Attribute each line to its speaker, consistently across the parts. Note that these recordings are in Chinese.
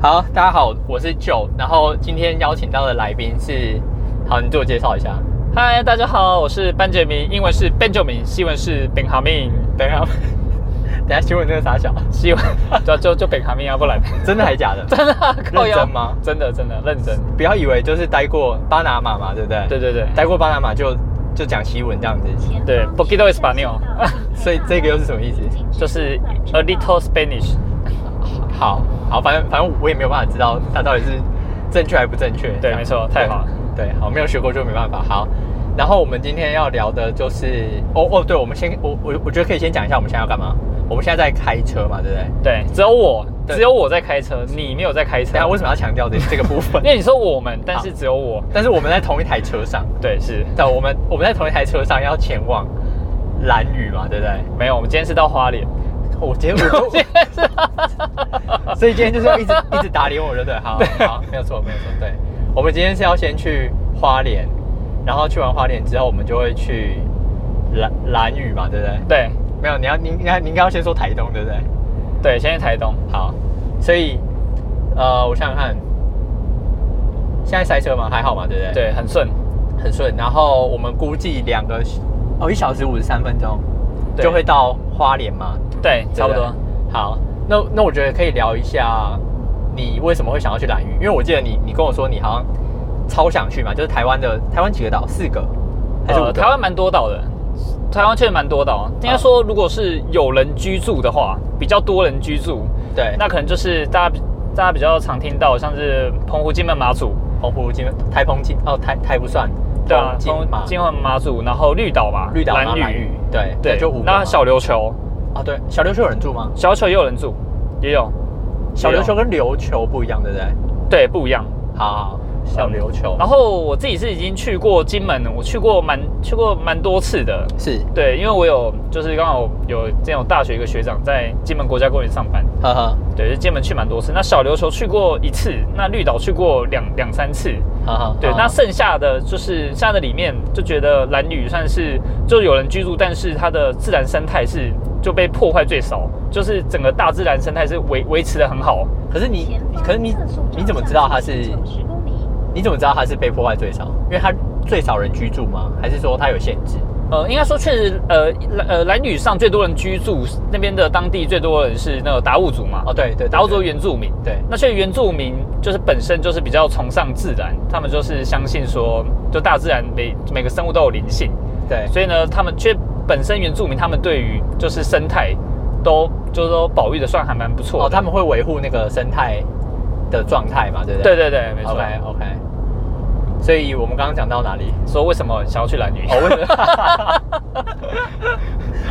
Speaker 1: 好，大家好，我是 Joe，然后今天邀请到的来宾是，好，你自我介绍一下。
Speaker 2: 嗨，大家好，我是班杰明，英文是 Benjamin，西文是 Benjamin，
Speaker 1: 等一下，等一下新闻那个傻小，
Speaker 2: 西文 就就就 Benjamin 啊，不然
Speaker 1: 真的还假的？
Speaker 2: 真的啊靠
Speaker 1: 认
Speaker 2: 腰
Speaker 1: 真吗？
Speaker 2: 真的真的认真，
Speaker 1: 不要以为就是待过巴拿马嘛，对不对？
Speaker 2: 对对对
Speaker 1: 待过巴拿马就就讲西文这样子，
Speaker 2: 对，poquito español，
Speaker 1: 所以这个又是什么意思？
Speaker 2: 就是 a little Spanish，
Speaker 1: 好，好，反正反正我也没有办法知道它到底是正确还不正确。
Speaker 2: 对没错太好了
Speaker 1: 对。对，好，没有学过就没办法。好，然后我们今天要聊的就是，哦哦，对，我们先，我我我觉得可以先讲一下我们现在要干嘛。我们现在在开车嘛，对不对？
Speaker 2: 对，只有我，
Speaker 1: 对
Speaker 2: 只有我在开车，你没有在开车
Speaker 1: 等一，下为什么要强调这这个部 分
Speaker 2: 因？为你说我们，但是
Speaker 1: 好
Speaker 2: 只有我，
Speaker 1: 但是我们在同一台车上，
Speaker 2: 对，是
Speaker 1: 对，啊我们我们在同一台车上要前往蓝屿嘛，对不对？
Speaker 2: 没有，我们今天是到花莲，
Speaker 1: 我今天我所以今天就是要一直一直打脸我，对不对？好，好，没有错，没有错。对，我们今天是要先去花莲，然后去完花莲之后，我们就会去蓝蓝屿嘛，对不对？
Speaker 2: 对
Speaker 1: 没有，你要你应该你应该要先说台东，对不对？
Speaker 2: 对，现在台东，
Speaker 1: 好，所以呃，我想想看，现在塞车吗？还好嘛，对不对？，
Speaker 2: 对，很顺，
Speaker 1: 很顺。然后我们估计两个哦，一小时五十三分钟
Speaker 2: 对
Speaker 1: 就会到花莲嘛，
Speaker 2: 对，差不
Speaker 1: 对啊
Speaker 2: 多
Speaker 1: 对。好，那那我觉得可以聊一下，你为什么会想要去蓝屿？因为我记得你，你跟我说你好像超想去嘛，就是台湾的台湾几个岛，四个还是五个？
Speaker 2: 呃、台湾蛮多岛的，台湾确实蛮多岛。应该说，如果是有人居住的话，比较多人居住，
Speaker 1: 对，那
Speaker 2: 那可能就是大家比大家比较常听到，像是澎湖、金门、马祖，
Speaker 1: 澎湖金台澎金哦台台不算，
Speaker 2: 对啊，
Speaker 1: 金
Speaker 2: 澎
Speaker 1: 马
Speaker 2: 湖、金门、马祖，然后绿岛嘛，
Speaker 1: 绿岛
Speaker 2: 蓝
Speaker 1: 嘛蓝屿，对
Speaker 2: 对，
Speaker 1: 就五个嘛。
Speaker 2: 那小琉球，
Speaker 1: 啊对小琉球有人住吗？
Speaker 2: 小琉球也有人住，也有，
Speaker 1: 小
Speaker 2: 也有
Speaker 1: 琉球跟琉球不一样，对不对？
Speaker 2: 对不一样。
Speaker 1: 好好，小
Speaker 2: 嗯
Speaker 1: 琉球，
Speaker 2: 然后我自己是已经去过金门，我去过蛮去过蛮多次的，
Speaker 1: 是，
Speaker 2: 对，因为我有就是刚好有这种大学一个学长在金门国家公园上班，
Speaker 1: 呵呵
Speaker 2: 对，就金门去蛮多次。那小琉球去过一次，那绿岛去过两两三次。
Speaker 1: 呵呵，
Speaker 2: 对，
Speaker 1: 呵
Speaker 2: 那剩下的就是剩下的里面就觉得蓝屿算是就有人居住，但是它的自然生态是就被破坏最少，就是整个大自然生态是维维持的很好。
Speaker 1: 可是你
Speaker 3: 你，
Speaker 1: 可是
Speaker 3: 可是
Speaker 1: 你
Speaker 3: 你，
Speaker 1: 你
Speaker 3: 你
Speaker 1: 怎
Speaker 3: 怎
Speaker 1: 么
Speaker 3: 么
Speaker 1: 知
Speaker 3: 知
Speaker 1: 道
Speaker 3: 道
Speaker 1: 它
Speaker 3: 它
Speaker 1: 是
Speaker 3: 是？
Speaker 1: 你怎么知道它是被破坏最少？因为它最少人居住吗？还是说它有限制？
Speaker 2: 呃，应该说确实，呃蓝呃蓝屿上最多人居住，那边的当地最多人是那个达悟族嘛，
Speaker 1: 哦，对对，对
Speaker 2: 达悟族
Speaker 1: 对
Speaker 2: 原住民。
Speaker 1: 对
Speaker 2: 那所以原住民就是本身就是比较崇尚自然，他们就是相信说，就大自然每每个生物都有灵性，
Speaker 1: 对
Speaker 2: 所以呢，他们却本身原住民他们对于就是生态都就是说保育的算还蛮不错
Speaker 1: 哦，
Speaker 2: 的。
Speaker 1: 他们会维护那个生态的状态嘛，对不
Speaker 2: 对
Speaker 1: 对？
Speaker 2: 对对，没错。
Speaker 1: OK OK。所以我们刚刚讲到哪里？
Speaker 2: 所以为什么想要去蓝屿？
Speaker 1: 哦，为什么？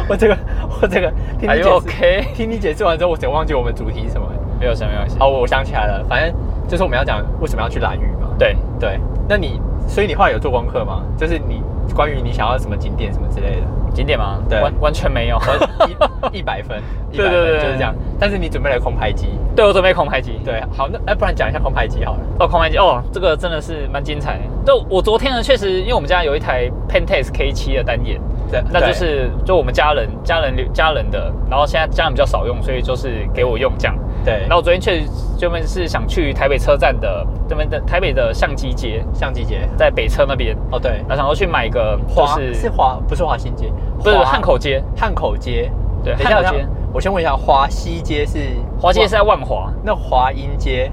Speaker 1: 我这个我这个听
Speaker 2: Are
Speaker 1: 你解
Speaker 2: you
Speaker 1: 释
Speaker 2: OK？
Speaker 1: 听你解释完之后，我整忘记我们主题是什么了。
Speaker 2: 没有什么没关系。
Speaker 1: 哦，我想起来了，反正就是我们要讲为什么要去蓝屿嘛。
Speaker 2: 对，
Speaker 1: 对，那你所以你后来有做功课吗？就是你关于你想要什么景点什么之 类的。
Speaker 2: 景点吗？
Speaker 1: 对
Speaker 2: 完完全没有。
Speaker 1: 我一一百分，一百
Speaker 2: 对
Speaker 1: 分
Speaker 2: 对对
Speaker 1: 就是这样。但是你准备了空拍机，
Speaker 2: 对我准备空拍机。
Speaker 1: 对，好，那哎，不然讲一下空拍机好了。
Speaker 2: 哦，空拍机哦，这个真的是蛮精彩的。就我昨天呢，确实因为我们家有一台 Pentax K 7的单眼，
Speaker 1: 对，
Speaker 2: 那
Speaker 1: 对
Speaker 2: 就是就我们家人家人留家人的，然后现在家人比较少用，所以就是给我用这样。
Speaker 1: 对，
Speaker 2: 然后我昨天确实专门是想去台北车站的这边的台北的相机街，
Speaker 1: 相机节，
Speaker 2: 在北车那边，
Speaker 1: 哦对，
Speaker 2: 然后想要去买一个就
Speaker 1: 华
Speaker 2: 是
Speaker 1: 是华不是华新街，
Speaker 2: 不是
Speaker 1: 华
Speaker 2: 汉口街，
Speaker 1: 汉口街，
Speaker 2: 对
Speaker 1: 等一下
Speaker 2: 汉口街
Speaker 1: 我想我先问一下，华西街是
Speaker 2: 华街是在万华，
Speaker 1: 那华阴街，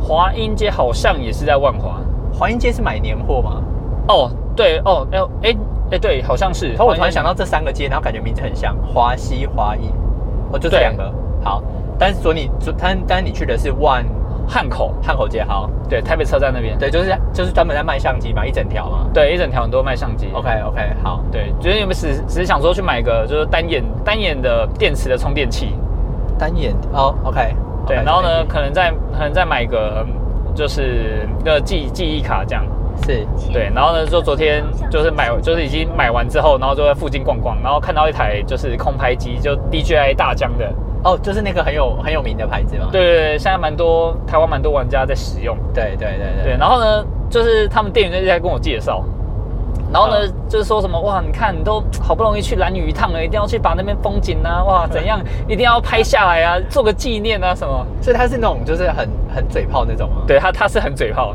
Speaker 2: 华阴街好像也是在万华。
Speaker 1: 华阴街是买年货吗？
Speaker 2: 哦，对哦，哎哎哎，对，好像是。
Speaker 1: 然后我突然想到这三个街，然后感觉名字很像，华西、华阴，哦就这
Speaker 2: 对
Speaker 1: 两个。好，但是说你，但但你去的是万
Speaker 2: 汉口，
Speaker 1: 汉口街，好，
Speaker 2: 对，台北车站那边，
Speaker 1: 对，就是就是专门在卖相机嘛，一整条嘛。
Speaker 2: 对，一整条很多卖相机。
Speaker 1: OK OK，好，
Speaker 2: 对，昨天有没有只只是想说去买一个就是单眼单眼的电池的充电器，
Speaker 1: 单眼哦，OK，
Speaker 2: 对，
Speaker 1: OK，
Speaker 2: 然后呢，
Speaker 1: 可
Speaker 2: 可能再可能再买一个嗯就是一个记记忆卡这样，
Speaker 1: 以是
Speaker 2: 对，然后呢，就昨天就是买就是已经买完之后，然后就在附近逛逛，然后看到一台就是空拍机，就 DJI 大疆的，
Speaker 1: 哦，就是那个很有很有名的牌子嘛。
Speaker 2: 对对对，现在蛮多台湾蛮多玩家在使用，
Speaker 1: 对对对对
Speaker 2: 嗯对，然后呢，就是他们店员就在跟我介绍，然后呢
Speaker 1: 嗯，
Speaker 2: 就是说什么哇，你看你都好不容易去蓝屿一趟了，一定要去把那边风景啊，哇，怎样，一定要拍下来 啊，做个纪念啊什么。
Speaker 1: 所以他是那种就是很很嘴炮那种吗？
Speaker 2: 对他，他是很嘴炮，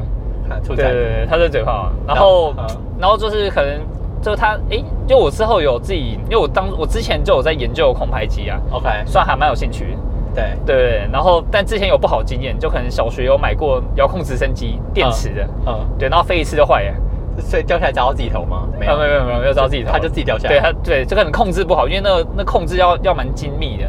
Speaker 1: 啊，兔
Speaker 2: 对
Speaker 1: 仔
Speaker 2: 对对，对他是嘴炮啊。然后
Speaker 1: 然后嗯，
Speaker 2: 然后就是可能就是他，诶，就我之后有自己，因为我当我之前就有在研究空拍机啊，
Speaker 1: ，OK，
Speaker 2: 算还蛮有兴趣。
Speaker 1: 对，
Speaker 2: 对对对，然后但之前有不好经验，就可能小学有买过遥控直升机电池的，
Speaker 1: 嗯，
Speaker 2: 对，然后飞一次就坏了。
Speaker 1: 所以掉下来砸到自己头吗？没有，
Speaker 2: 啊没有没有没有，没有照自己头，
Speaker 1: 它就自己掉下来
Speaker 2: 对，它对，这个很控制不好，因为那个那控制要要蛮精密的。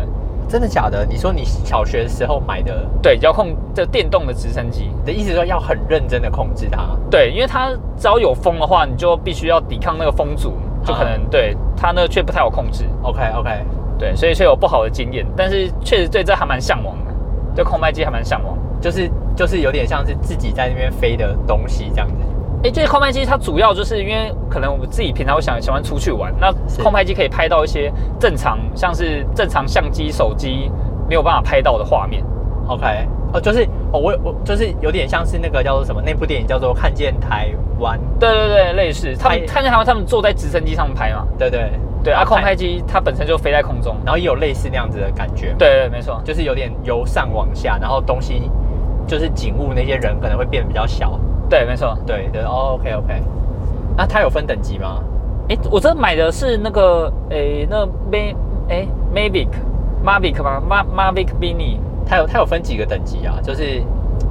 Speaker 1: 真的假的？你说你小学的时候买的，
Speaker 2: 对，遥控这电动的直升机，
Speaker 1: 你的意思说要很认真的控制它？
Speaker 2: 对，因为它只要有风的话，你就必须要抵抗那个风阻，就可能、对它呢却不太好控制，
Speaker 1: OK OK，
Speaker 2: 对，所以却有不好的经验，但是确实对这还蛮向往的，对空拍机还蛮向往。
Speaker 1: 就是就是有点像是自己在那边飞的东西这样子。
Speaker 2: 哎，就是空拍机，它主要就是因为可能我自己平常会想喜欢出去玩，那
Speaker 1: 是
Speaker 2: 空拍机可以拍到一些正常像是正常相机、手机没有办法拍到的画面。
Speaker 1: OK，哦，就是哦，我我就是有点像是那个叫做什么那部电影叫做《看见台湾》，
Speaker 2: 对对对，类似他
Speaker 1: 拍
Speaker 2: 们看见他们他们坐在直升机上面拍嘛，
Speaker 1: 对对
Speaker 2: 对，
Speaker 1: 然
Speaker 2: 啊，
Speaker 1: 后
Speaker 2: 空拍机它本身就飞在空中，
Speaker 1: 然后也有类似那样子的感觉，，
Speaker 2: 对对，没错，
Speaker 1: 就是有点由上往下，然后东西就是景物那些人可能会变得比较小，
Speaker 2: 对没错。
Speaker 1: 对对、哦、，OK OK，那它有分等级吗？
Speaker 2: 哎，我这买的是那个诶，那 May 哎 Mavic Mavic 吗？Ma Mavic Mini
Speaker 1: 它有它有分几个等级啊？就是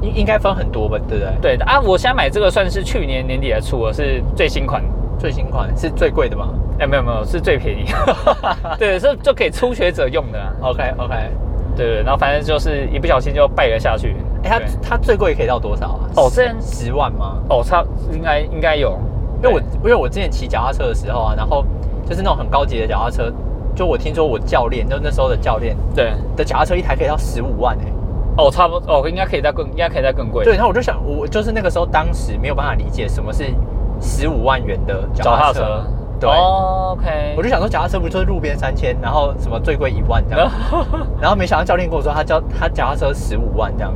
Speaker 1: 应应该分很多吧，对不对？，
Speaker 2: 对的啊，我现在买这个算是去年年底才出的，是最新款。
Speaker 1: 最新款是最贵的吗
Speaker 2: 哎，没有没有，是最 便宜，对，是就给初学者用的啊、
Speaker 1: ？OK OK，哎、
Speaker 2: 对对，然后反正就是一不小心就败了下去。
Speaker 1: 诶它
Speaker 2: 对
Speaker 1: 它最贵可以到多少啊？
Speaker 2: 哦这样
Speaker 1: 十万吗？
Speaker 2: 哦，差应该应该有，
Speaker 1: 因为我
Speaker 2: 对
Speaker 1: 因为我之前骑脚踏车的时候啊，然后就是那种很高级的脚踏车，就我听说我教练，就那时候的教练
Speaker 2: 对
Speaker 1: 的脚踏车一台可以到十五万哎、
Speaker 2: 哦，差不多哦，应该可以再更应该可以再更贵。
Speaker 1: 对，然后我就想，我就是那个时候当时没有办法理解什么是十五万元的脚
Speaker 2: 脚
Speaker 1: 踏
Speaker 2: 踏
Speaker 1: 车，
Speaker 2: 车。
Speaker 1: 对。
Speaker 2: 哦，OK，
Speaker 1: 我就想说，脚踏车不就是路边三千，然后什么最贵一万这样
Speaker 2: 然
Speaker 1: 子，
Speaker 2: 后
Speaker 1: 然后没想到教练跟我说他教他脚踏车十五万这样，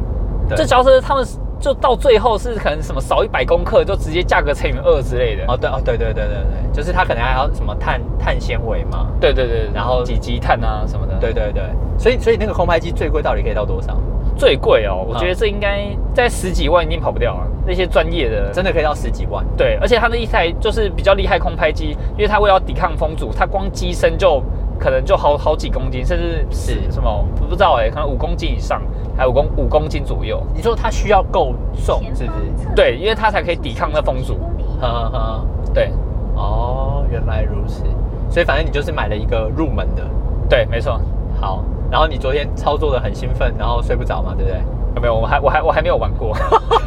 Speaker 1: 对
Speaker 2: 这脚踏车他们就到最后是可能什么少一百公克就直接价格乘以二之类的。
Speaker 1: 哦对哦对对对对对，就是他可能还要什么碳碳纤维嘛，
Speaker 2: 对对对，
Speaker 1: 然后
Speaker 2: 几积碳啊什么的。，
Speaker 1: 对对对，所以所以那个空拍机最贵到底可以到多少？
Speaker 2: 最贵哦，我
Speaker 1: 嗯
Speaker 2: 觉得这应该在十几万一定跑不掉啊，那些专业的。
Speaker 1: 真的可以到十几万？
Speaker 2: 对，而且它那一台就是比较厉害空拍机，因为它为了抵抗风阻，它光机身就可能就好好几公斤，甚至
Speaker 1: 是
Speaker 2: 是什么不知道哎、可能五公斤以上，还有五公五公斤左右。
Speaker 1: 你说它需要够重是不是？
Speaker 2: 对，因为它才可以抵抗那风阻。嗯
Speaker 1: 呵呵呵，
Speaker 2: 对
Speaker 1: 哦，原来如此。所以反正你就是买了一个入门的，
Speaker 2: 对，没错。
Speaker 1: 好。然后你昨天操作的很兴奋，然后睡不着嘛，对不对？
Speaker 2: 有没有？我还我还我还没有玩过。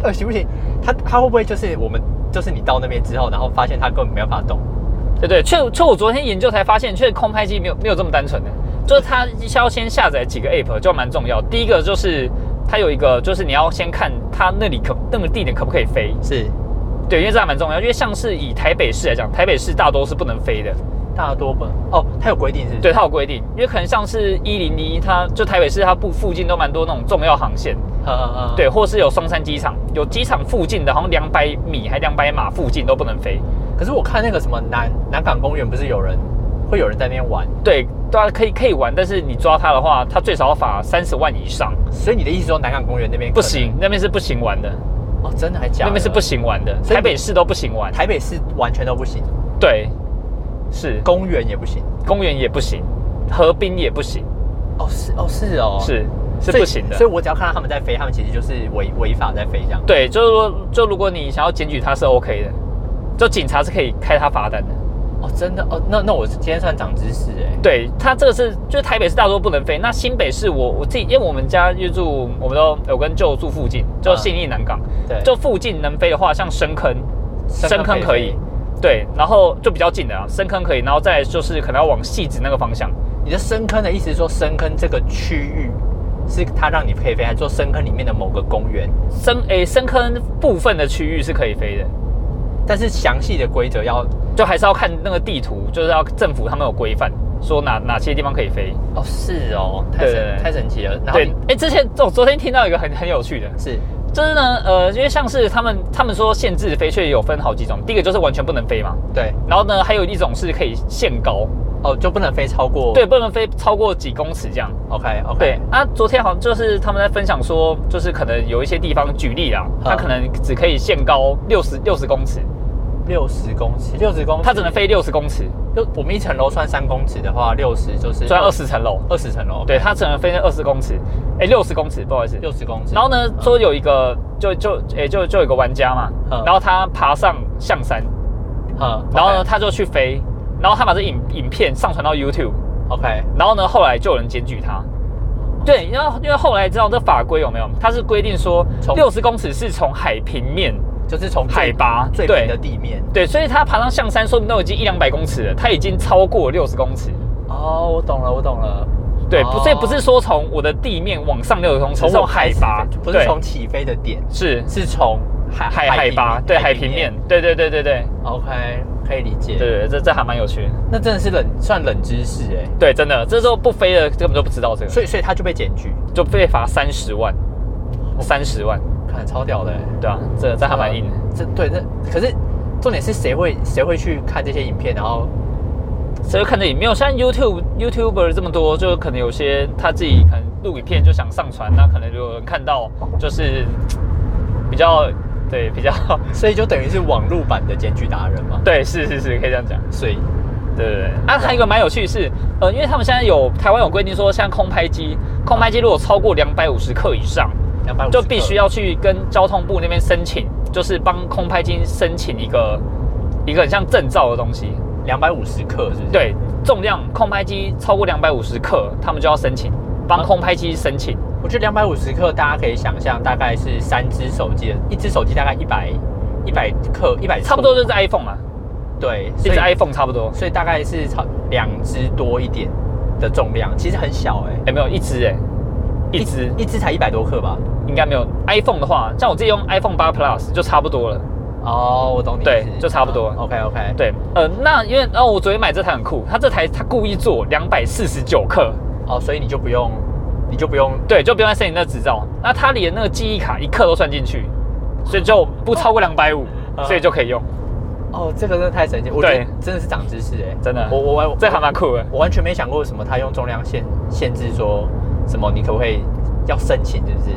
Speaker 1: 到底行不行？它它会不会就是我们就是你到那边之后，然后发现它根本没有办法动？
Speaker 2: 对对，确确我昨天研究才发现，确实空拍机没有没有这么单纯的，就是它需要先下载几个 app 就蛮重要。第一个就是它有一个，就是你要先看它那里可那个地点可不可以飞，
Speaker 1: 是，
Speaker 2: 对，因为这还蛮重要。因为像是以台北市来讲，台北市大多是不能飞的，
Speaker 1: 大多本哦，它有规定是不是？
Speaker 2: 对，它有规定。因为可能像是一零一，它就台北市它部附近都蛮多那种重要航线，
Speaker 1: 呵呵呵，
Speaker 2: 对，或是有松山机场，有机场附近的，好像两百米还两百码附近都不能飞。
Speaker 1: 可是我看那个什么南南港公园，不是有人会有人在那边玩？
Speaker 2: 对，对啊，可以可以玩，但是你抓它的话，它最少要罚三十万以上。
Speaker 1: 所以你的意思说南港公园那边
Speaker 2: 不
Speaker 1: 可能？
Speaker 2: 行，那边是不行玩的，
Speaker 1: 哦，真的还假的？
Speaker 2: 那边是不，行玩的，
Speaker 1: 所以
Speaker 2: 台北市都不行玩。
Speaker 1: 台北市完全都不行，
Speaker 2: 对，是公
Speaker 1: 公园也不行。
Speaker 2: 公园也不行，河滨也不行，
Speaker 1: 哦，是哦，是哦，
Speaker 2: 是是
Speaker 1: 所以
Speaker 2: 不行的
Speaker 1: 所以。我只要看到他们在飞，他们其实就是违违法在飞这样。
Speaker 2: 对，就是说，就如果你想要检举他是 OK 的，就警察是可以开他罚单的。
Speaker 1: 哦，真的哦，那那我今天算长知识哎。
Speaker 2: 对他这个是，就是台北市大多不能飞，那新北市我我自己，因为我们家就住，我们都有跟舅住附近，就
Speaker 1: 嗯
Speaker 2: 信义南港，
Speaker 1: 对，
Speaker 2: 就附近能飞的话，像深坑，
Speaker 1: 深
Speaker 2: 深
Speaker 1: 坑可以
Speaker 2: 坑可以
Speaker 1: 飞，
Speaker 2: 对，然后就比较近的啊，深坑可以，然后再来就是可能要往戏子那个方向，
Speaker 1: 你的深坑的意思是说，深坑这个区域是它让你可以飞，还是说深坑里面的某个公园？
Speaker 2: 深诶、深坑部分的区域是可以飞的，
Speaker 1: 但是详细的规则要
Speaker 2: 就还是要看那个地图，就是要政府他们有规范，说哪哪些地方可以飞。
Speaker 1: 哦，是哦，太
Speaker 2: 对对
Speaker 1: 神
Speaker 2: 对
Speaker 1: 太神奇了。然后
Speaker 2: 对
Speaker 1: 你，
Speaker 2: 哦哎、之前我昨天听到一个很很有趣的，
Speaker 1: 是
Speaker 2: 就是呢，呃，因为像是他们他们说限制飞却有分好几种，第一个就是完全不能飞嘛，
Speaker 1: 对，
Speaker 2: 然后呢，还有一种是可以限高，
Speaker 1: 哦，就不能飞超过。
Speaker 2: 对，不能飞超过几公尺这样。
Speaker 1: ，OK OK，
Speaker 2: 对啊，昨天好像就是他们在分享说，就是可能有一些地方，举例啦，它
Speaker 1: 嗯
Speaker 2: 可能只可以限高六十六十公尺，
Speaker 1: 六十公尺，六十公尺，
Speaker 2: 它只能飞六十公尺，
Speaker 1: 就我们一层楼算三公尺的话，六十就是
Speaker 2: 钻二十层楼。
Speaker 1: 二十层楼，
Speaker 2: 对，它只能飞那二十公尺，哎，六十公尺，不好意思。
Speaker 1: 六十公尺。
Speaker 2: 然后呢，说有一个就就哎就就有一个玩家嘛，
Speaker 1: 嗯
Speaker 2: 然后他爬上象山，
Speaker 1: 嗯，
Speaker 2: 然后呢他就去飞，然后他把这影影片上传到 YouTube，
Speaker 1: ，OK，
Speaker 2: 然后呢，后来就有人检举他。对，因为因为后来知道这法规有没有？它是规定说
Speaker 1: 从
Speaker 2: 六十公尺是从海平面，
Speaker 1: 就是从最
Speaker 2: 海拔
Speaker 1: 最
Speaker 2: 对
Speaker 1: 平的地面。
Speaker 2: 对，所以他爬上象山，说不定都已经一两百公尺了，他已经超过六十公尺。
Speaker 1: 哦，我懂了，我懂了。
Speaker 2: 对，
Speaker 1: 哦
Speaker 2: 不，所以不是说从我的地面往上六十公尺，是从海
Speaker 1: 开始
Speaker 2: 拔
Speaker 1: 飞，不
Speaker 2: 对
Speaker 1: 是从起飞的点，
Speaker 2: 是
Speaker 1: 是从海
Speaker 2: 海海拔，对海平面。，对对对对对
Speaker 1: OK，可以理解。
Speaker 2: 对，对，这这还蛮有趣的。
Speaker 1: 那真的是冷，算冷知识哎。
Speaker 2: 对，真的，这时候不飞的根本就不知道这个，
Speaker 1: 所以，所以他就被检举，
Speaker 2: 就被罚三十万，三十万，
Speaker 1: 看超屌的欸。
Speaker 2: 对啊，这这还蛮硬的。
Speaker 1: 呃这对，这可是重点是谁会谁会去看这些影片，然 后
Speaker 2: 所以可能也没有像 YouTube YouTuber 这么多，就可能有些他自己可能录影片就想上传，那可能有人看到，就是嘖比较对比较
Speaker 1: 所以就等于是网络版的检举达人嘛。
Speaker 2: 对是是是可以这样讲，
Speaker 1: 所以
Speaker 2: 对对对。啊，还有一个蛮有趣的是，呃，因为他们现在有台湾有规定说，像空拍机，空拍机如果超过两百五十克以上，
Speaker 1: 两百
Speaker 2: 就必须要去跟交通部那边申请，就是帮空拍机申请一个一个很像证照的东西。
Speaker 1: 两百五十克，是不是？，
Speaker 2: 对，重量空拍机超过两百五十克，他们就要申请，帮空拍机申请。
Speaker 1: 我觉得两百五十克大家可以想象，大概是三只手机的，一只手机大概一百一百克，一百
Speaker 2: 差不多就是 iPhone 嘛，
Speaker 1: 对，
Speaker 2: 一
Speaker 1: 所
Speaker 2: 只
Speaker 1: 以
Speaker 2: iPhone 差不多。
Speaker 1: 所以大概是差两只多一点的重量，其实很小哎、
Speaker 2: 哎、没有一只哎、一只
Speaker 1: 一只才一百多克吧。
Speaker 2: 应该没有。iPhone 的话，像我自己用 iPhone 八 Plus 就差不多了。
Speaker 1: 哦，我懂你意思，
Speaker 2: 对就差不多
Speaker 1: OK OK，
Speaker 2: 对，呃，那因为哦，我昨天买这台很酷，它这台它故意做两百四十九克，
Speaker 1: 哦，所以你就不用，你就不用
Speaker 2: 对，就不用再申请那执照。那它连那个记忆卡一克都算进去，所以就不超过两百五，所以就可以用。
Speaker 1: 哦，这个真的太神奇，我觉
Speaker 2: 对
Speaker 1: 得真的是长知识哎、
Speaker 2: 真的
Speaker 1: 我我我
Speaker 2: 这还蛮酷的。
Speaker 1: 我完全没想过什么他用重量限限制说什么，你可不可以要申请，是不是？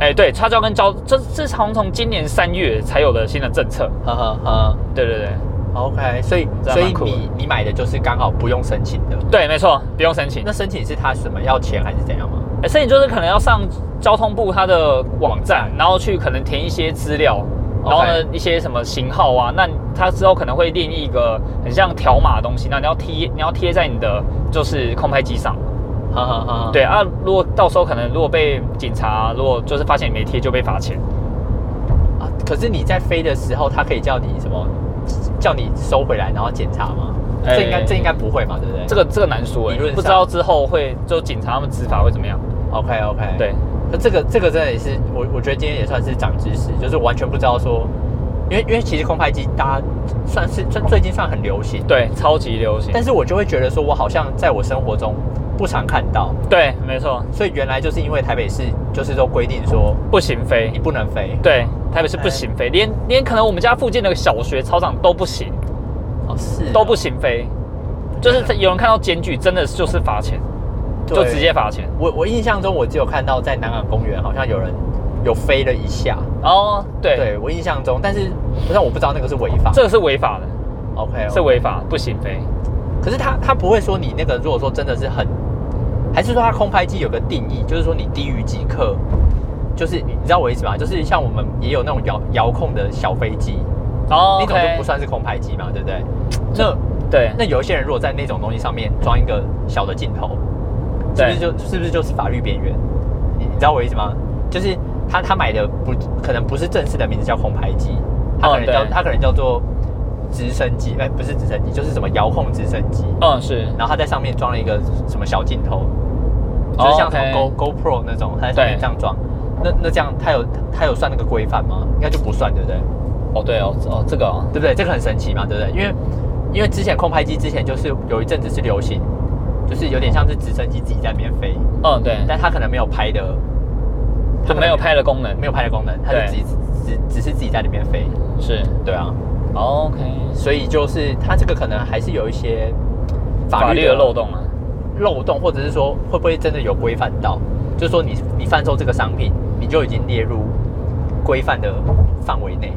Speaker 2: 哎、对，它就要跟交，这这是好像从今年三月才有的新的政策。
Speaker 1: 呵呵呵
Speaker 2: 对对对，
Speaker 1: ，OK，所以
Speaker 2: 这还
Speaker 1: 所以
Speaker 2: 蛮酷的
Speaker 1: 你你买的就是刚好不用申请的，
Speaker 2: 对，没错，不用申请。
Speaker 1: 那申请是他什么要钱还是怎样吗？
Speaker 2: 哎申请就是可能要上交通部它的网站，然后去可能填一些资料，然后呢一些什么型号啊，那它之后可能会另一个很像条码的东西，那你要贴你要贴在你的就是空拍机上。
Speaker 1: 哈哈哈，
Speaker 2: 对啊，如果到时候可能如果被警察如果就是发现你没贴就被罚钱。
Speaker 1: 啊，可是你在飞的时候，他可以叫你什么？叫你收回来，然后检查吗？
Speaker 2: 哎
Speaker 1: 这应该这应该不会嘛，对不对？
Speaker 2: 这个这个难说哎、
Speaker 1: 理论上
Speaker 2: 不知道之后会就警察他们执法会怎么样。
Speaker 1: OK OK，
Speaker 2: 对，
Speaker 1: 那这个这个真的也是我我觉得今天也算是长知识，就是完全不知道说，因为因为其实空拍机大家算是算最近算很流行，
Speaker 2: 对，超级流行。
Speaker 1: 但是我就会觉得说我好像在我生活中不常看到，
Speaker 2: 对，没错，
Speaker 1: 所以原来就是因为台北市就是都规定说
Speaker 2: 不行飞
Speaker 1: 你。不能飞，
Speaker 2: 对，台北是不行
Speaker 1: 哎
Speaker 2: 飞，连连可能我们家附近的小学操场都不行，
Speaker 1: 哦是哦
Speaker 2: 都不，行飞。就是有人看到检举，真的就是罚钱，
Speaker 1: 对
Speaker 2: 就直接。罚钱。
Speaker 1: 我我印象中我只有看到在南港公园好像有人有飞了一下，
Speaker 2: 哦，对，
Speaker 1: 对我印象中，但是但我不知道那个是违法，
Speaker 2: 这个是违法的，
Speaker 1: OK 哦
Speaker 2: 是违法，不行飞。
Speaker 1: 可是他他不会说你那个，如果说真的是很，还是说他空拍机有个定义，就是说你低于几克，就是你知道我意思吗？就是像我们也有那种遥遥控的小飞机，
Speaker 2: 哦，
Speaker 1: 那种
Speaker 2: OK
Speaker 1: 就不算是空拍机嘛，对不对？那
Speaker 2: 对，
Speaker 1: 那有一些人如果在那种东西上面装一个小的镜头，是不
Speaker 2: 对
Speaker 1: 是就是不是就是法律边缘？你你知道我意思吗？就是他他买的不可能不是正式的名字叫空拍机，他可
Speaker 2: 哦
Speaker 1: 能
Speaker 2: 对
Speaker 1: 叫、他可能叫做直升机，哎、不是直升机，就是什么遥控直升机。
Speaker 2: 嗯是，
Speaker 1: 然后它在上面装了一个什么小镜头，就
Speaker 2: 哦
Speaker 1: 是像什么 Go
Speaker 2: OK
Speaker 1: Go Pro 那种，它在上面
Speaker 2: 对
Speaker 1: 这样装。那那这样它有它有算那个规范吗？应该就不算，对不对？
Speaker 2: 哦对哦哦这个哦，
Speaker 1: 对不对？这个很神奇嘛，对不对？因为因为之前空拍机之前就是有一阵子是流行，就是有点像是直升机自己在那边飞，
Speaker 2: 嗯对，
Speaker 1: 但它可能没有拍的
Speaker 2: 就没有拍的功能，
Speaker 1: 没有拍的功能，它就
Speaker 2: 对
Speaker 1: 自己只只是自己在里面飞，
Speaker 2: 是
Speaker 1: 对啊，
Speaker 2: OK，
Speaker 1: 所以就是它这个可能还是有一些
Speaker 2: 法律的漏洞啊，
Speaker 1: 漏洞，或者是说会不会真的有规范到，就是说你你贩售这个商品，你就已经列入规范的范围内，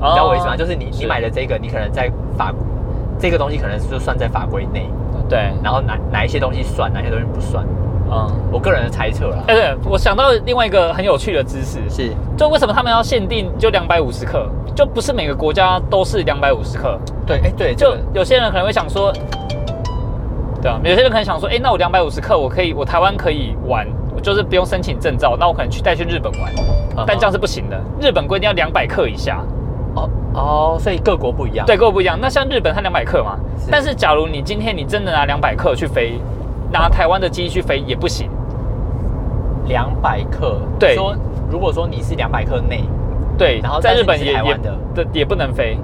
Speaker 1: 你知道我意思吗？
Speaker 2: 哦
Speaker 1: 就是你你买的这个，你可能在法这个东西可能就算在法规内，
Speaker 2: 对，
Speaker 1: 然后哪哪一些东西算，哪些东西不算，
Speaker 2: 嗯，
Speaker 1: 我个人的猜测啦，
Speaker 2: 哎、对，我想到另外一个很有趣的知识，
Speaker 1: 是
Speaker 2: 就为什么他们要限定就两百五十克，就不是每个国家都是两百五十克，
Speaker 1: 对，哎对，这
Speaker 2: 就
Speaker 1: 个
Speaker 2: 有些人可能会想说，对啊，有些人可能想说，哎、那我两百五十克，我可以，我台湾可以玩，我就是不用申请证照，那我可能去带去日本玩，
Speaker 1: 嗯
Speaker 2: 但这样是不行的，日本规定要两百克以下，
Speaker 1: 哦哦，所以各国不一样，
Speaker 2: 对，跟我不一样。那像日本它两百克嘛，
Speaker 1: 是
Speaker 2: 但是假如你今天你真的拿两百克去飞，拿台湾的机去飞也不行，
Speaker 1: 两百克，
Speaker 2: 对
Speaker 1: 说如果说你是两百克内，
Speaker 2: 对，
Speaker 1: 然后
Speaker 2: 在
Speaker 1: 但是
Speaker 2: 日本
Speaker 1: 你
Speaker 2: 也
Speaker 1: 是台
Speaker 2: 也
Speaker 1: 湾的
Speaker 2: 对也不能飞，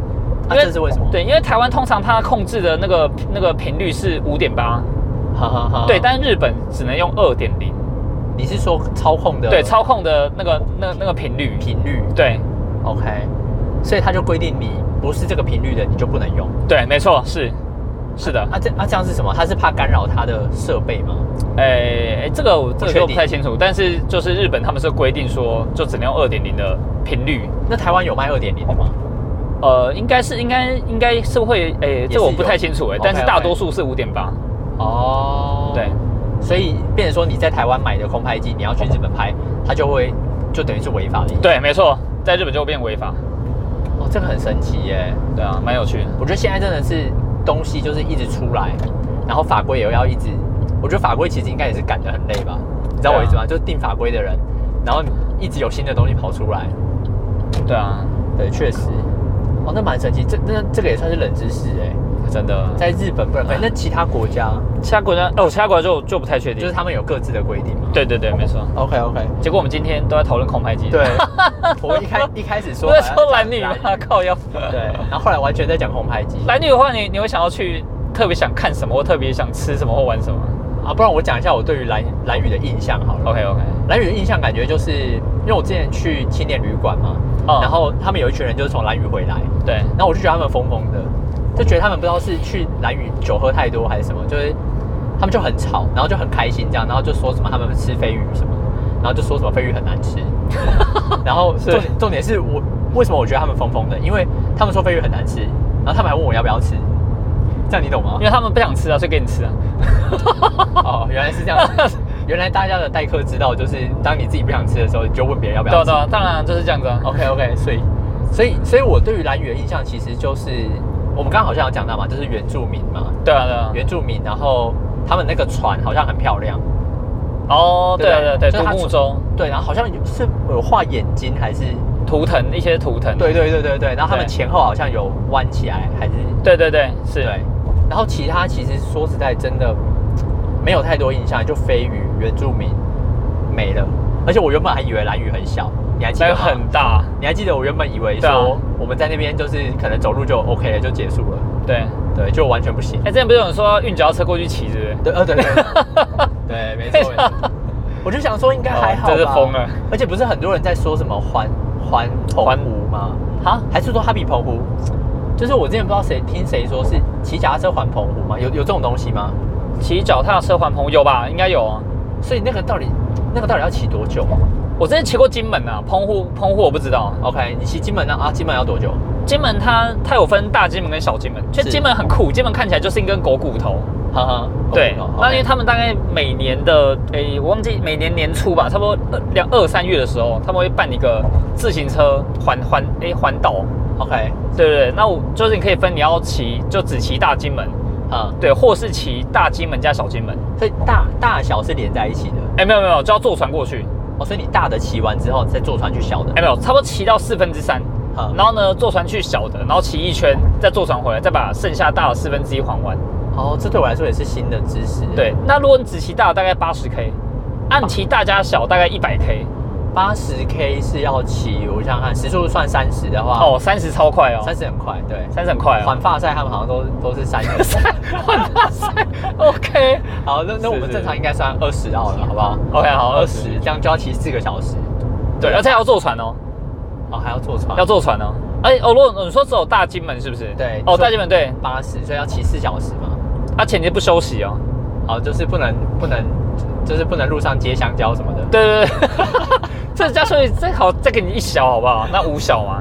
Speaker 1: 啊这是为什么
Speaker 2: 对，因为台湾通常它控制的那个那个频率是五点八，
Speaker 1: 哈哈哈，
Speaker 2: 对，但是日本只能用二点零，
Speaker 1: 你是说操控的
Speaker 2: 对，操控的那个那那个频率，
Speaker 1: 频率，
Speaker 2: 对
Speaker 1: OK，所以它就规定你不是这个频率的，你就不能用。
Speaker 2: 对，没错，是是的，
Speaker 1: 啊这啊这样是什么？它是怕干扰它的设备吗？
Speaker 2: 哎、这个我这
Speaker 1: 不
Speaker 2: 个
Speaker 1: 确
Speaker 2: 就不
Speaker 1: 定
Speaker 2: 太清楚，但是就是日本他们是规定说，就只能用二点零的频率。
Speaker 1: 那台湾有卖二点零的吗？
Speaker 2: 呃，应该是应该应该是会，诶、
Speaker 1: 是
Speaker 2: 这我不太清楚诶、
Speaker 1: 有
Speaker 2: 但是
Speaker 1: OK，OK
Speaker 2: 大多数是五点八，
Speaker 1: 哦，
Speaker 2: 对，
Speaker 1: 所以变成说你在台湾买的空拍机，你要去日本拍，它就会就等于是违法的。，
Speaker 2: 对，没错，在日本就变违法，
Speaker 1: 哦，这个很神奇耶。
Speaker 2: 对啊，蛮有趣的，
Speaker 1: 我觉得现在真的是东西就是一直出来，然后法规也要一直，我觉得法规其实应该也是赶得很累吧，你知道我意思吗？就是定法规的人，然后一直有新的东西跑出来，
Speaker 2: 对啊，
Speaker 1: 对，确实，哦，那蛮神奇，这那这个也算是冷知识哎、
Speaker 2: 真的，在
Speaker 1: 在日本不能飞，那其他国家
Speaker 2: 其他国家哦，其他国家就就不太确定，
Speaker 1: 就是他们有各自的规定嘛。
Speaker 2: 对对嗯对，没错。
Speaker 1: OK OK，
Speaker 2: 结果我们今天都在讨论空拍机，
Speaker 1: 对， 我们一开一开始说
Speaker 2: 都在 说蓝女
Speaker 1: 女，
Speaker 2: 啊，靠腰，
Speaker 1: 对，然后后来完全在讲红牌机
Speaker 2: 蓝女的话你，你会想要去特别想看什么，或特别想吃什么，或玩什么
Speaker 1: 啊，不然我讲一下我对于蓝蓝雨的印象好了。
Speaker 2: ？OK OK，
Speaker 1: 蓝屿的印象感觉就是，因为我之前去青年旅馆嘛，
Speaker 2: 哦
Speaker 1: 然后他们有一群人就是从蓝屿回来，
Speaker 2: 对，
Speaker 1: 然后我就觉得他们疯疯的，就觉得他们不知道是去蓝屿酒喝太多还是什么，就是他们就很吵，然后就很开心这样，然后就说什么他们吃飞鱼什么，然后就说什么飞鱼很难 吃，然后重点重点是我为什么我觉得他们疯疯的，因为他们说飞鱼很难吃，然后他们还问我要不要吃，这样你懂吗
Speaker 2: 因？为他们不想吃啊，所以给你吃啊，
Speaker 1: 哦，原来是这样子，原来大家的待客之道就是当你自己不想吃的时候，你就问别人要不
Speaker 2: 对
Speaker 1: 要
Speaker 2: 啊
Speaker 1: 吃
Speaker 2: 对。啊，当然啊就是这样子啊，
Speaker 1: OK OK，所以所以所以我对于蓝屿的印象其实就是我们刚刚好像有讲到嘛，就是原住民嘛，
Speaker 2: 对啊对啊，
Speaker 1: 原住民，然后他们那个船好像很漂亮，
Speaker 2: 哦，对
Speaker 1: 对
Speaker 2: 对
Speaker 1: 对
Speaker 2: 对，
Speaker 1: 就是
Speaker 2: 独
Speaker 1: 它
Speaker 2: 木
Speaker 1: 出
Speaker 2: 舟、
Speaker 1: 对，然后好像有是有画眼睛还是？
Speaker 2: 图腾一些图腾，
Speaker 1: 对对对对对，然后他们
Speaker 2: 对
Speaker 1: 前后好像有弯起来还是？
Speaker 2: 对对对，是，
Speaker 1: 对，然后其他其实说实在真的没有太多印象，就飞鱼、原住民没了，而且我原本还以为蓝屿很小，你还记
Speaker 2: 那
Speaker 1: 得
Speaker 2: 个
Speaker 1: 吗？
Speaker 2: 很大，
Speaker 1: 你还记得我原本以为
Speaker 2: 对啊
Speaker 1: 说我们在那边就是可能走路就 OK 了，就结束了。
Speaker 2: 对。
Speaker 1: 对，就完全不行
Speaker 2: 哎、。之前不是有人说运脚车过去骑，是不是？
Speaker 1: 对，呃， 对，对，对，没错，没错。我就想说，应该还好吧。
Speaker 2: 哦真是疯了！
Speaker 1: 而且不是很多人在说什么环环
Speaker 2: 环
Speaker 1: 澎湖吗？
Speaker 2: 哈，
Speaker 1: 还是说它比澎湖？就是我之前不知道谁听谁说是骑脚踏车环澎湖吗？有有这种东西吗？
Speaker 2: 骑脚踏车环澎湖有吧？应该有啊。
Speaker 1: 所以那个到底那个到底要骑多久啊
Speaker 2: 我之前骑过金门啊，澎湖澎湖我不知道。
Speaker 1: ？OK，你骑金门呢？啊，金门要多久？
Speaker 2: 金门它它有分大金门跟小金门，其实
Speaker 1: 是
Speaker 2: 金门很酷，金门看起来就是一根狗骨头。
Speaker 1: 哈哈，
Speaker 2: 对
Speaker 1: 哦，
Speaker 2: 那因为
Speaker 1: OK
Speaker 2: 他们大概每年的诶、我忘记每年年初吧，差不多二两二三月的时候，他们会办一个自行车环环诶环岛，
Speaker 1: OK，
Speaker 2: 对对对。那我就是你可以分你要骑就只骑大金门，
Speaker 1: 啊，
Speaker 2: 对，或是骑大金门加小金门。
Speaker 1: 所以大大小是连在一起的。
Speaker 2: 哎、没有没有，就要坐船过去。
Speaker 1: 哦，所以你大的骑完之后，再坐船去小的
Speaker 2: 哎、。没有，差不多骑到四分之三
Speaker 1: 好，
Speaker 2: 然后呢坐船去小的，然后骑一圈，再坐船回来，再把剩下大的四分之一还完。
Speaker 1: 哦，这对我来说也是新的知识。
Speaker 2: 对，，那如果你只骑大的大概八十 K，按骑大加小大概一百 K，
Speaker 1: 八十 K 是要骑，我想想看，时速算三十的话，
Speaker 2: 哦，三十超快哦，
Speaker 1: 三十很快，对。
Speaker 2: 三十很快哦
Speaker 1: 环。发赛他们好像都都是三十。
Speaker 2: 换大赛，OK
Speaker 1: 好，那那我们
Speaker 2: 是
Speaker 1: 正常应该算二十到了，好不好？
Speaker 2: OK 好，
Speaker 1: 二
Speaker 2: 二十
Speaker 1: 十，这样就要骑四个小时。
Speaker 2: 对，而且还要坐船哦，
Speaker 1: 哦，还要坐船，
Speaker 2: 要坐船哦。哎，哦，如果你说只有大金门是不是？
Speaker 1: 对
Speaker 2: 哦，大金门对，
Speaker 1: 巴士，所以要骑四小时嘛。
Speaker 2: 它前天不休息哦。
Speaker 1: 好，就是不能不能，就是不能路上接香蕉什么的。
Speaker 2: 对对 对，这加税最好再给你一小好不好？那五小嘛，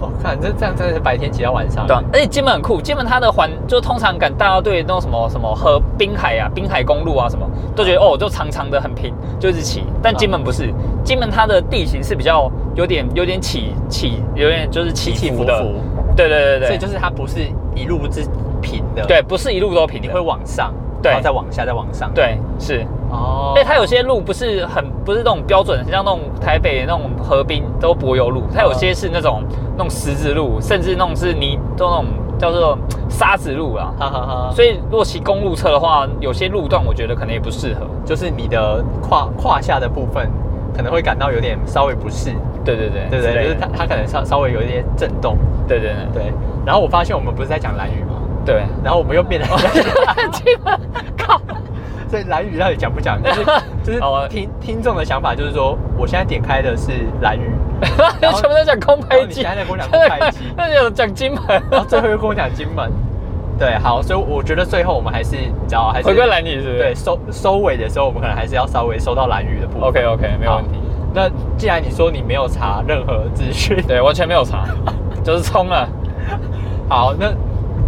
Speaker 1: 我哦看这这样真的是白天骑到晚上。
Speaker 2: 对啊。而且金门很酷，金门它的环就通常感大家对那种什么什么河滨海啊、滨海公路啊什么，都觉得哦就长长的很平，就一直骑。但
Speaker 1: 啊
Speaker 2: 金门不是，金门它的地形是比较有点有点起起，有点就是起起伏的
Speaker 1: 起起伏。
Speaker 2: 对对对对，
Speaker 1: 所以就是它不是一路之平的，
Speaker 2: 对，，不是一路都平
Speaker 1: 你
Speaker 2: 的
Speaker 1: 会。往上，
Speaker 2: 对
Speaker 1: 然后再往下，再往上。，
Speaker 2: 对，是。
Speaker 1: 哦，
Speaker 2: 哎，它有些路不是很不是那种标准，像那种台北那种河滨都柏油
Speaker 1: 嗯
Speaker 2: 路，它有些是那种那种石子路，甚至那种是泥，都那种叫做沙子路啦。
Speaker 1: 哈哈哈，所
Speaker 2: 所以，若骑公路车的话，有些路段我觉得可能也不适合。
Speaker 1: 以就是你的胯胯下的部分可能会感到有点稍微不适，
Speaker 2: 对对对，
Speaker 1: 对不
Speaker 2: 之
Speaker 1: 对？
Speaker 2: 类
Speaker 1: 就是
Speaker 2: 的
Speaker 1: 它它可能稍稍微有一点震动，
Speaker 2: 对对对
Speaker 1: 对。然后我发现我们不是在讲蓝语吗？
Speaker 2: 对。
Speaker 1: 然后我们又 变得，
Speaker 2: 金门靠，
Speaker 1: 所以蓝语到底讲不讲？ 就是就是
Speaker 2: 好啊
Speaker 1: 听听众的想法就是说，我现在点开的是蓝 语，然后
Speaker 2: 全部在讲空
Speaker 1: 然哦
Speaker 2: 拍机，
Speaker 1: 后你现在在跟我讲空拍 机
Speaker 2: 那有讲金门，
Speaker 1: 然后最后又跟我讲金门。对，好，所以我觉得最后我们还是，你知道，还是
Speaker 2: 回归蓝女是不是？
Speaker 1: 对，收收尾的时候，我们可能还是要稍微收到蓝雨的部分。
Speaker 2: ，OK OK，没有问题。
Speaker 1: 好。那既然你说你没有查任何资讯，
Speaker 2: 对，完全没有查，就是冲了。
Speaker 1: 好，那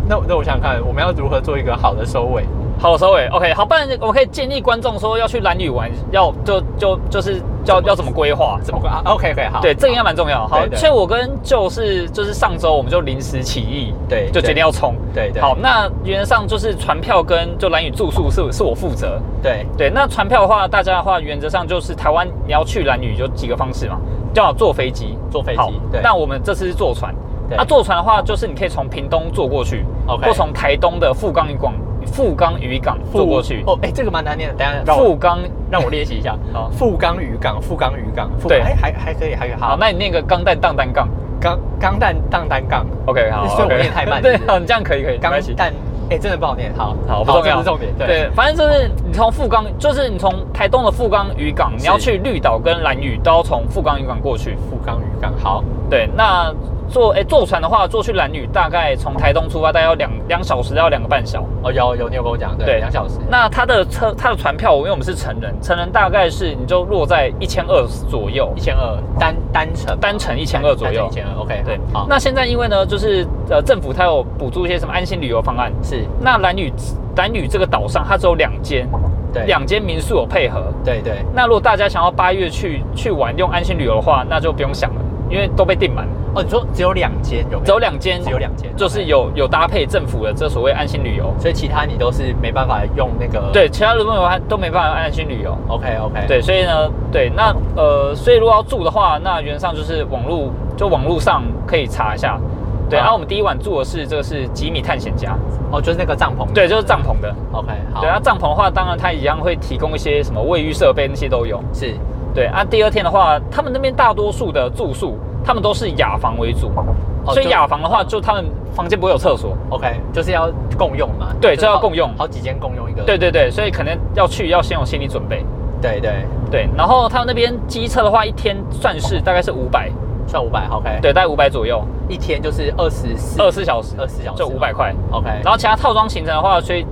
Speaker 1: 那那我想想看，我们要如何做一个好的收尾？
Speaker 2: 好，收尾。OK，好，不然我们可以建议观众说要去蓝屿玩，要就就就是要
Speaker 1: 怎么
Speaker 2: 要怎么规划，
Speaker 1: 怎么啊？OK OK，好，
Speaker 2: 对，这个应该蛮重要。好
Speaker 1: 对，对
Speaker 2: 所以我跟就是就是上周我们就临时起意，
Speaker 1: 对
Speaker 2: 就决
Speaker 1: 对
Speaker 2: 定要冲。
Speaker 1: 对对
Speaker 2: 好，那原则上就是船票跟就蓝屿住宿是是我负责。
Speaker 1: 对
Speaker 2: 对，那船票的话，大家的话原则上就是台湾你要去蓝屿有几个方式嘛，就要坐飞机，
Speaker 1: 坐飞机
Speaker 2: 好
Speaker 1: 对
Speaker 2: 那我们这次是坐船。
Speaker 1: 对
Speaker 2: 那、坐船的话，就是你可以从屏东坐过去
Speaker 1: OK
Speaker 2: 或从台东的富冈渔港、富冈渔港坐过去。
Speaker 1: 哦，哎，这个蛮难念的，等一下让
Speaker 2: 富
Speaker 1: 我
Speaker 2: 冈，
Speaker 1: 让我练习一下。
Speaker 2: 好
Speaker 1: 富冈渔港，富冈渔港，富
Speaker 2: 对
Speaker 1: 还还还可以，还可以。
Speaker 2: 好，
Speaker 1: 好，
Speaker 2: 那你念个钢蛋荡单杠
Speaker 1: 钢钢蛋荡单杠，
Speaker 2: ，OK，好，
Speaker 1: 所以我
Speaker 2: OK
Speaker 1: 念太慢
Speaker 2: 对，
Speaker 1: 是不是
Speaker 2: 好，你这样可以可以，没
Speaker 1: 钢
Speaker 2: 关系。
Speaker 1: 蛋，哎，真的不好念。好，
Speaker 2: 好，不重
Speaker 1: 这
Speaker 2: 要，
Speaker 1: 是重点。对，
Speaker 2: 反正就是你从富冈，就是你从台东的富冈渔港，你
Speaker 1: 是
Speaker 2: 要去绿岛跟兰屿，都要从富冈渔港过去。
Speaker 1: 富冈渔港，好，
Speaker 2: 对，那坐哎、坐船的话，坐去兰屿大概从台东出发，大概要两两小时到两个半小时。
Speaker 1: 哦，有有，你有跟我讲，对，
Speaker 2: 对
Speaker 1: 两小时。
Speaker 2: 那它的车，它的船票，因为我们是成人，成人大概是你就落在一千二左右
Speaker 1: 一。千二单单程，
Speaker 2: 单程1200左右
Speaker 1: 一千二，OK，
Speaker 2: 对，
Speaker 1: 好，
Speaker 2: 那现在因为呢，就是呃政府它有补助一些什么安心旅游方案，
Speaker 1: 是
Speaker 2: 那兰屿兰屿这个岛上它只有两间，
Speaker 1: 对
Speaker 2: 两间民宿有配合。
Speaker 1: 对对
Speaker 2: 那如果大家想要八月去去玩用安心旅游的话，那就不用想了，因为都被订满了，
Speaker 1: 哦，你说只有两间有没有，
Speaker 2: 只有两间，
Speaker 1: 只有两间，嗯
Speaker 2: 就是有有搭配政府的这所谓安心旅游，
Speaker 1: OK，所以其他你都是没办法用那个，
Speaker 2: 对，其他的朋友还都没办法安心旅游。
Speaker 1: ，OK OK，，
Speaker 2: 对，所以呢，对，那呃，所以如果要住的话，那原则上就是网络，就网络上可以查一下。对，
Speaker 1: 好
Speaker 2: 然后我们第一晚住的是这个是吉米探险家，
Speaker 1: 哦，就是那个帐篷，
Speaker 2: 对，就是帐篷的。
Speaker 1: ，OK，好，
Speaker 2: 对，那啊帐篷的话，当然它一样会提供一些什么卫浴设备那些都有。
Speaker 1: 是
Speaker 2: 对啊，第二天的话，他们那边大多数的住宿，他们都是雅房为主，
Speaker 1: 哦
Speaker 2: 所以
Speaker 1: 就
Speaker 2: 雅房的话，就他们房间不会有厕所。
Speaker 1: OK，就是要共用嘛，
Speaker 2: 对
Speaker 1: 就
Speaker 2: 这要
Speaker 1: 好
Speaker 2: 共用
Speaker 1: 好几间共用一个，
Speaker 2: 对对对，所以可能要去要先有心理准备。
Speaker 1: 对对，
Speaker 2: 对，然后他们那边机车的话，一天算是大概是五百，
Speaker 1: 算五百，OK，，
Speaker 2: 对，大概五百左右，
Speaker 1: 一天就是二十四，
Speaker 2: 二十四小时，
Speaker 1: 24小时
Speaker 2: 就五百块。
Speaker 1: ，OK，然
Speaker 2: 然后其他套装行程的话，所以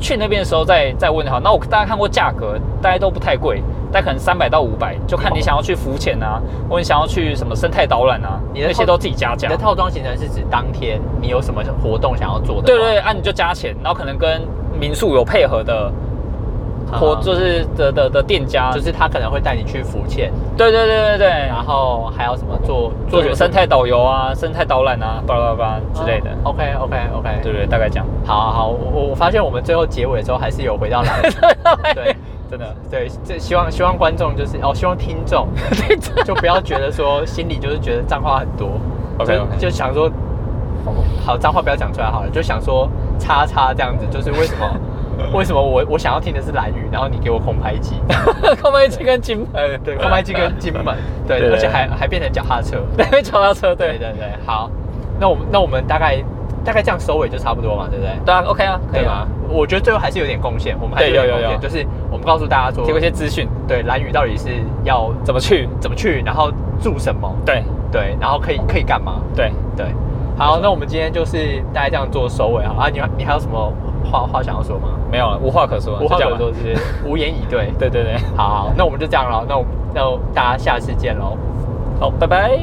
Speaker 2: 去那边的时候再再问好。那我大家看过价格，大概都不太贵，大概可能三百到五百，就看你想要去浮潜啊，或者想要去什么生态导览啊，
Speaker 1: 你的
Speaker 2: 那
Speaker 1: 套
Speaker 2: 些都自己加
Speaker 1: 你
Speaker 2: 价
Speaker 1: 的。套装行程是指当天你有什么活动想要做的，
Speaker 2: 对对对，，啊，你就加钱，然后可能跟民宿有配合的，
Speaker 1: 啊
Speaker 2: 或就是的的的店家，
Speaker 1: 就是他可能会带你去浮潜，
Speaker 2: 对对对对对，
Speaker 1: 然后还有什么哦做
Speaker 2: 做什么
Speaker 1: 远
Speaker 2: 生态导游啊、生态导览啊，巴拉巴拉之类的，
Speaker 1: OK OK OK，
Speaker 2: 对对，大概 这样。
Speaker 1: 好好好，我我我发现我们最后结尾的时候还是有回到来， 对，
Speaker 2: 真的，
Speaker 1: 对，这希望希望观众就是哦，希望听 众就不要觉得说心里就是觉得脏话很多
Speaker 2: OK，OK
Speaker 1: 就就想说好脏话不要讲出来好了，就想说叉叉这样子，就是为什 么为什么我我想要听的是蓝雨，然后你给我空拍 机，
Speaker 2: 空拍机跟金牌，
Speaker 1: 对，空拍机跟金门，对，
Speaker 2: 对
Speaker 1: 而且还还变成脚踏车，
Speaker 2: 对脚踏车，对
Speaker 1: 对对对，好，那我们那我们大概大概这样收尾就差不多嘛，对不对？
Speaker 2: 对啊，OK 啊，可
Speaker 1: 对
Speaker 2: 以啊
Speaker 1: 吧？？我觉得最后还是有点贡献，我们还是
Speaker 2: 对有
Speaker 1: 点
Speaker 2: 有
Speaker 1: 贡献，就
Speaker 2: 有
Speaker 1: 是我们们告诉大家说，
Speaker 2: 提供一些资讯，
Speaker 1: 对蓝屿到底是要
Speaker 2: 怎么去？
Speaker 1: 怎么去，然后住什么，
Speaker 2: 对
Speaker 1: 对，然后可以可以干嘛，
Speaker 2: 对，
Speaker 1: 对。好，那我们今天就是大概这样做收尾好啊。你你还有什么话话想要说吗？
Speaker 2: 没有啊了，无话可说，
Speaker 1: 无话
Speaker 2: 就这
Speaker 1: 可
Speaker 2: 样吧
Speaker 1: 说，。是无言以对。
Speaker 2: 对对对，
Speaker 1: 好，那我们就这样了，那我那大家下次见喽。
Speaker 2: 好，拜拜。